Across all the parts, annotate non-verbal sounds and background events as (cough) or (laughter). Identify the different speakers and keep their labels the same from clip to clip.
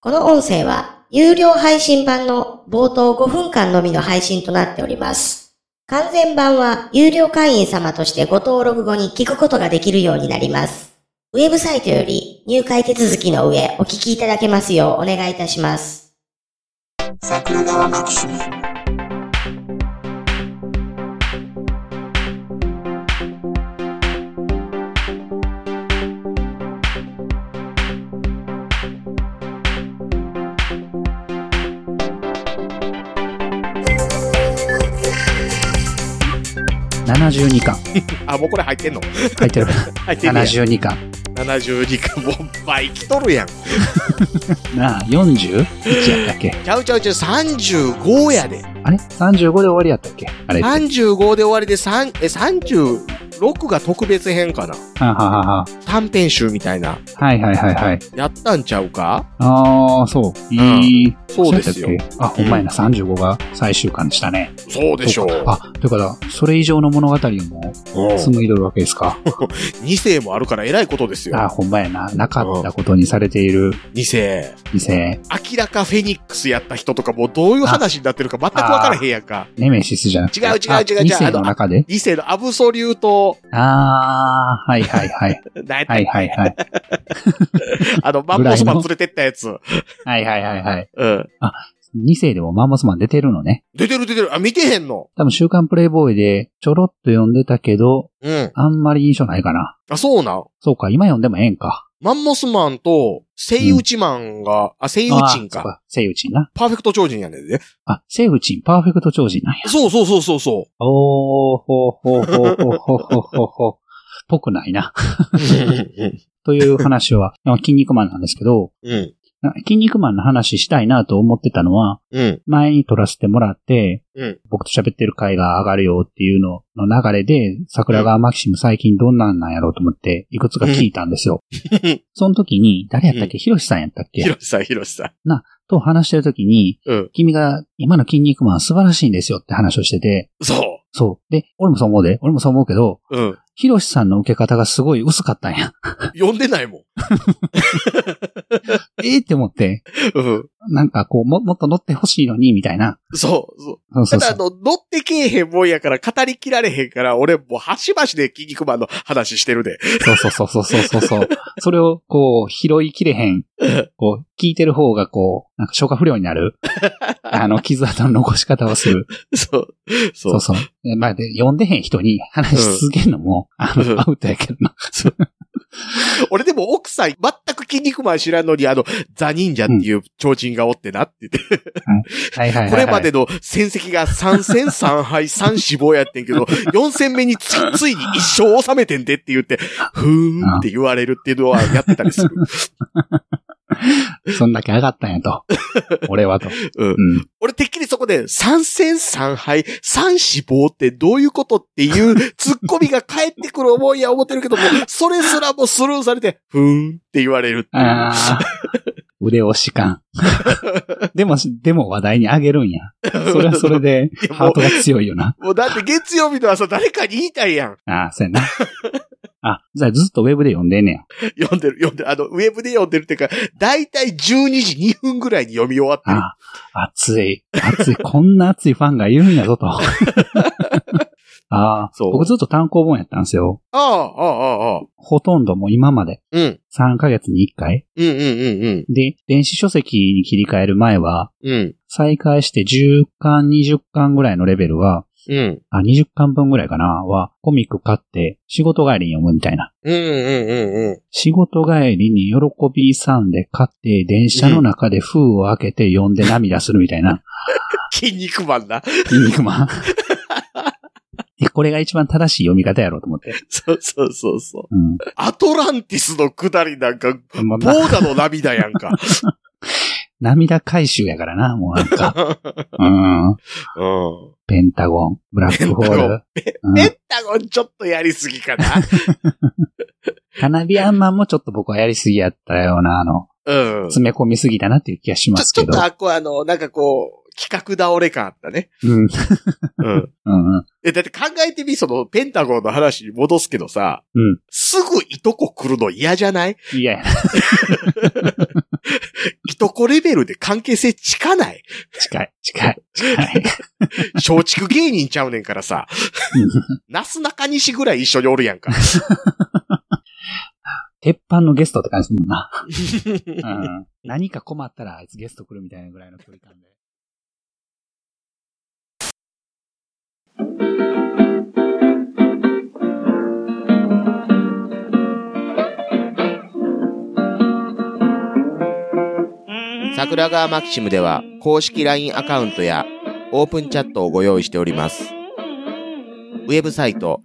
Speaker 1: この音声は有料配信版の冒頭5分間のみの配信となっております。完全版は有料会員様としてご登録後に聞くことができるようになります。ウェブサイトより入会手続きの上お聞きいただけますようお願いいたします。
Speaker 2: 桜川マキシム
Speaker 3: 72巻
Speaker 4: あ、もうこれ入ってんの
Speaker 3: 入ってる
Speaker 4: (laughs) 入ってんねや
Speaker 3: 72巻
Speaker 4: 72巻、もう倍来とるやん。
Speaker 3: なあ41やったっけ
Speaker 4: ちゃうちゃうちゃう、35やで。
Speaker 3: あれ ?35 で終わりやったっけあれは
Speaker 4: 35で終わりで3、え、36が特別編かな
Speaker 3: ははは
Speaker 4: 短編集みたいな。
Speaker 3: はいはいはいはい。
Speaker 4: やったんちゃうか
Speaker 3: ああ、そう。いい。
Speaker 4: そうですよ
Speaker 3: やったっけあ、ほんまやな。35が最終巻でしたね。
Speaker 4: そうでしょう。
Speaker 3: あ、というから、それ以上の物語も
Speaker 4: うん
Speaker 3: 紡いどるわけですか。
Speaker 4: 2世もあるから偉いことです
Speaker 3: あ、
Speaker 4: よ。
Speaker 3: ほんまやな。なかったことにされている
Speaker 4: 2世。
Speaker 3: 店、
Speaker 4: 明らかフェニックスやった人とかもうどういう話になってるか全くわからへんやんか。
Speaker 3: ネメシスじゃなくて。
Speaker 4: 違う違う
Speaker 3: あ
Speaker 4: 違う違う
Speaker 3: 二世の中で
Speaker 4: 2世のアブソリュート、
Speaker 3: ああー、はいはいはい。
Speaker 4: なんやったっ
Speaker 3: は
Speaker 4: け
Speaker 3: いはいはい。
Speaker 4: あの、マンモスマン連れてったやつ。
Speaker 3: はいはいはいはい。
Speaker 4: うん。
Speaker 3: 二世でもマンモスマン出てるのね。
Speaker 4: 出てる出てる。あ、見てへんの。
Speaker 3: 多分週刊プレイボーイでちょろっと読んでたけど、
Speaker 4: うん。
Speaker 3: あんまり印象ないかな。
Speaker 4: あ、そうなん。
Speaker 3: そうか、今読んでもええんか。
Speaker 4: マンモスマンと、セイウチマンが、あ、セイウチン
Speaker 3: あーそう
Speaker 4: か。
Speaker 3: か。セイウチンな。
Speaker 4: パーフェクト超人やねんで。
Speaker 3: あ、セイウチン、パーフェクト超人なんや。
Speaker 4: そうそうそうそうそ
Speaker 3: おー、ほほほほほほほほ。ぽくないな。
Speaker 4: う。う
Speaker 3: という話は、 (laughs) まあ筋肉マンなんですけど、
Speaker 4: ん。
Speaker 3: な筋肉マンの話したいなと思ってたのは、
Speaker 4: うん。
Speaker 3: 前に撮らせてもらって、
Speaker 4: うん
Speaker 3: 僕と喋ってる回が上がるよっていうのの流れで、桜川マキシム最近どんなんなんやろうと思って、いくつか聞いたんですよ。
Speaker 4: うん (laughs)
Speaker 3: その時に、誰やったっけヒロシさんやったっ
Speaker 4: ひ
Speaker 3: け
Speaker 4: ろしさん、ひろしさん。
Speaker 3: と話してる時に、
Speaker 4: うん
Speaker 3: 君が今の筋肉マン素晴らしいんですよって話をしてて、
Speaker 4: そ
Speaker 3: そう。で、俺もそう思うで、俺もそう思うけど、
Speaker 4: う。うん。
Speaker 3: ヒロシさんの受け方がすごい薄かったんや。
Speaker 4: 呼んでないもん。
Speaker 3: ええって思って、
Speaker 4: うん。
Speaker 3: なんかこう、も、もっと乗ってほしいのに、みたいな。
Speaker 4: そう、そう。
Speaker 3: そうそ
Speaker 4: た
Speaker 3: う
Speaker 4: だ、
Speaker 3: そ
Speaker 4: あ
Speaker 3: う。
Speaker 4: の、乗ってけえへんもんやから、語りきられへんから、俺、もう、端々で筋肉マンの話してるで。
Speaker 3: そうそうそうそうそうそう。それをこう、拾いきれへん。こう、聞いてる方がこう、なんか消化不良にな
Speaker 4: (laughs)
Speaker 3: る。あの、傷跡の残し方をする。
Speaker 4: そう。 (laughs) そ
Speaker 3: そうう。そう。でまあ、で、読んでへん人に話し続けるのも、あ
Speaker 4: うん
Speaker 3: の、アウトやけどな。
Speaker 4: 俺でも奥さん、全く筋肉マン知らんのに、あの、ザ忍者っていう超人がおってなって言って、
Speaker 3: はいはいはい、はい。
Speaker 4: これまでの戦績が3戦3敗3死亡やってんけ (laughs) ど、4戦目につついに一生収めてんでって言って、ふーんって言われるっていうのはやってたりする。
Speaker 3: そんだけ上がったんやと。俺はと。
Speaker 4: うん
Speaker 3: うん。
Speaker 4: (laughs) 俺てっきりそこで3戦3敗3死亡ってどういうことっていうツッコミが返ってくる思いや思ってる (laughs) けども、それすらもスルーされて、ふーんって言われるっていう
Speaker 3: ああ。腕押し
Speaker 4: (laughs)
Speaker 3: 感。でも、でも話題にあげるんや。それはそれ
Speaker 4: (laughs)
Speaker 3: で、ハートが強いよな。
Speaker 4: もうだって月曜日の朝誰かに言いたいやん。
Speaker 3: ああ、そうや
Speaker 4: (laughs)
Speaker 3: な。あ、じゃあずっとウェブで読んでんねや。
Speaker 4: 読んでる、読んでる。あの、ウェブで読んでるっていうか、だいたい12時2分ぐらいに読み終わってる。
Speaker 3: ああ、熱い。熱い。 (laughs) こんな熱いファンがいるんやぞと。 (laughs) ああ、
Speaker 4: そう
Speaker 3: 僕ずっと単行本やったんですよ。
Speaker 4: ああ、ああ、ああ。
Speaker 3: ほとんどもう今まで。
Speaker 4: うん。
Speaker 3: 3ヶ月に1回。
Speaker 4: うん、うん、うん、
Speaker 3: で、電子書籍に切り替える前は、
Speaker 4: うん。うん。
Speaker 3: 再開して10巻、20巻ぐらいのレベルは、
Speaker 4: うん。
Speaker 3: あ、20巻分ぐらいかな、は、コミック買って、仕事帰りに読むみたいな。
Speaker 4: うん、うん、うん、うん。
Speaker 3: 仕事帰りに喜びさんで買って、電車の中で封を開けて読んで涙するみたいな。
Speaker 4: 筋肉マンな。 (laughs)
Speaker 3: 筋肉マン。でこれが一番正しい読み方やろうと思って。
Speaker 4: そうそうそうそうう。アトランティスの下り (laughs) なんか、
Speaker 3: ん。まあ
Speaker 4: ボーダの涙やん (laughs) か。
Speaker 3: 涙回収やからな、もうなんか。うん。
Speaker 4: うん。
Speaker 3: ペンタゴン、ブラックホー
Speaker 4: ペンタゴ
Speaker 3: ル。うん
Speaker 4: ペンタゴンちょっとやりすぎかな。 (laughs)
Speaker 3: 花火アンマンもちょっと僕はやりすぎやったような、あの、
Speaker 4: うん。ち
Speaker 3: 詰め込みすぎたなっていう気がしま
Speaker 4: ょ、
Speaker 3: す
Speaker 4: ちょ
Speaker 3: け
Speaker 4: っ
Speaker 3: ど。
Speaker 4: とあっこあの、なんかこう、企画倒れ感あったね。
Speaker 3: うん。
Speaker 4: うん。
Speaker 3: うんうん。
Speaker 4: え、だって考えてみ、その、ペンタゴンの話に戻すけどさ、
Speaker 3: うん
Speaker 4: すぐいとこ来るの嫌じゃない
Speaker 3: いや、
Speaker 4: いとこレベルで関係性近ない。
Speaker 3: 近い、近い、近い。
Speaker 4: 松竹芸人ちゃうねんからさ。なすなかにしぐらい一緒におるやんか。
Speaker 3: 鉄板のゲストって感じだもん
Speaker 4: (laughs)
Speaker 3: な。うん、何か困ったらあいつゲスト来るみたいなぐらいの距離感で。
Speaker 4: 桜川マキシムでは公式 LINE アカウントやオープンチャットをご用意しております。ウェブサイト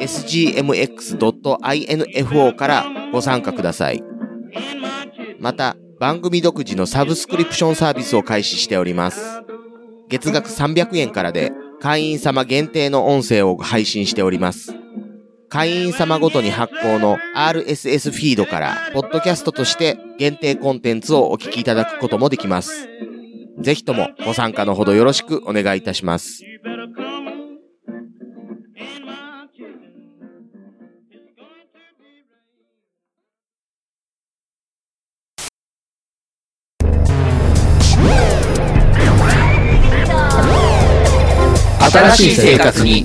Speaker 4: sgmx.info からご参加ください。また、番組独自のサブスクリプションサービスを開始しております。月額300円からで会員様限定の音声を配信しております。会員様ごとに発行の RSS フィードから、ポッドキャストとして限定コンテンツをお聞きいただくこともできます。ぜひともご参加のほどよろしくお願いいたします。
Speaker 5: 新しい生活に。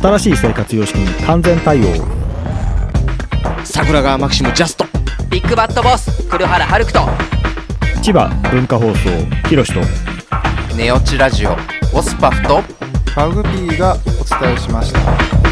Speaker 6: 新しい生活様式に完全対応
Speaker 4: 桜川マキシムジャスト。
Speaker 7: ビッグバットボス黒原遥人
Speaker 6: 千葉文化放送ひろしと
Speaker 5: ネオチラジオ。オスパフと
Speaker 8: マグピーがお伝えしました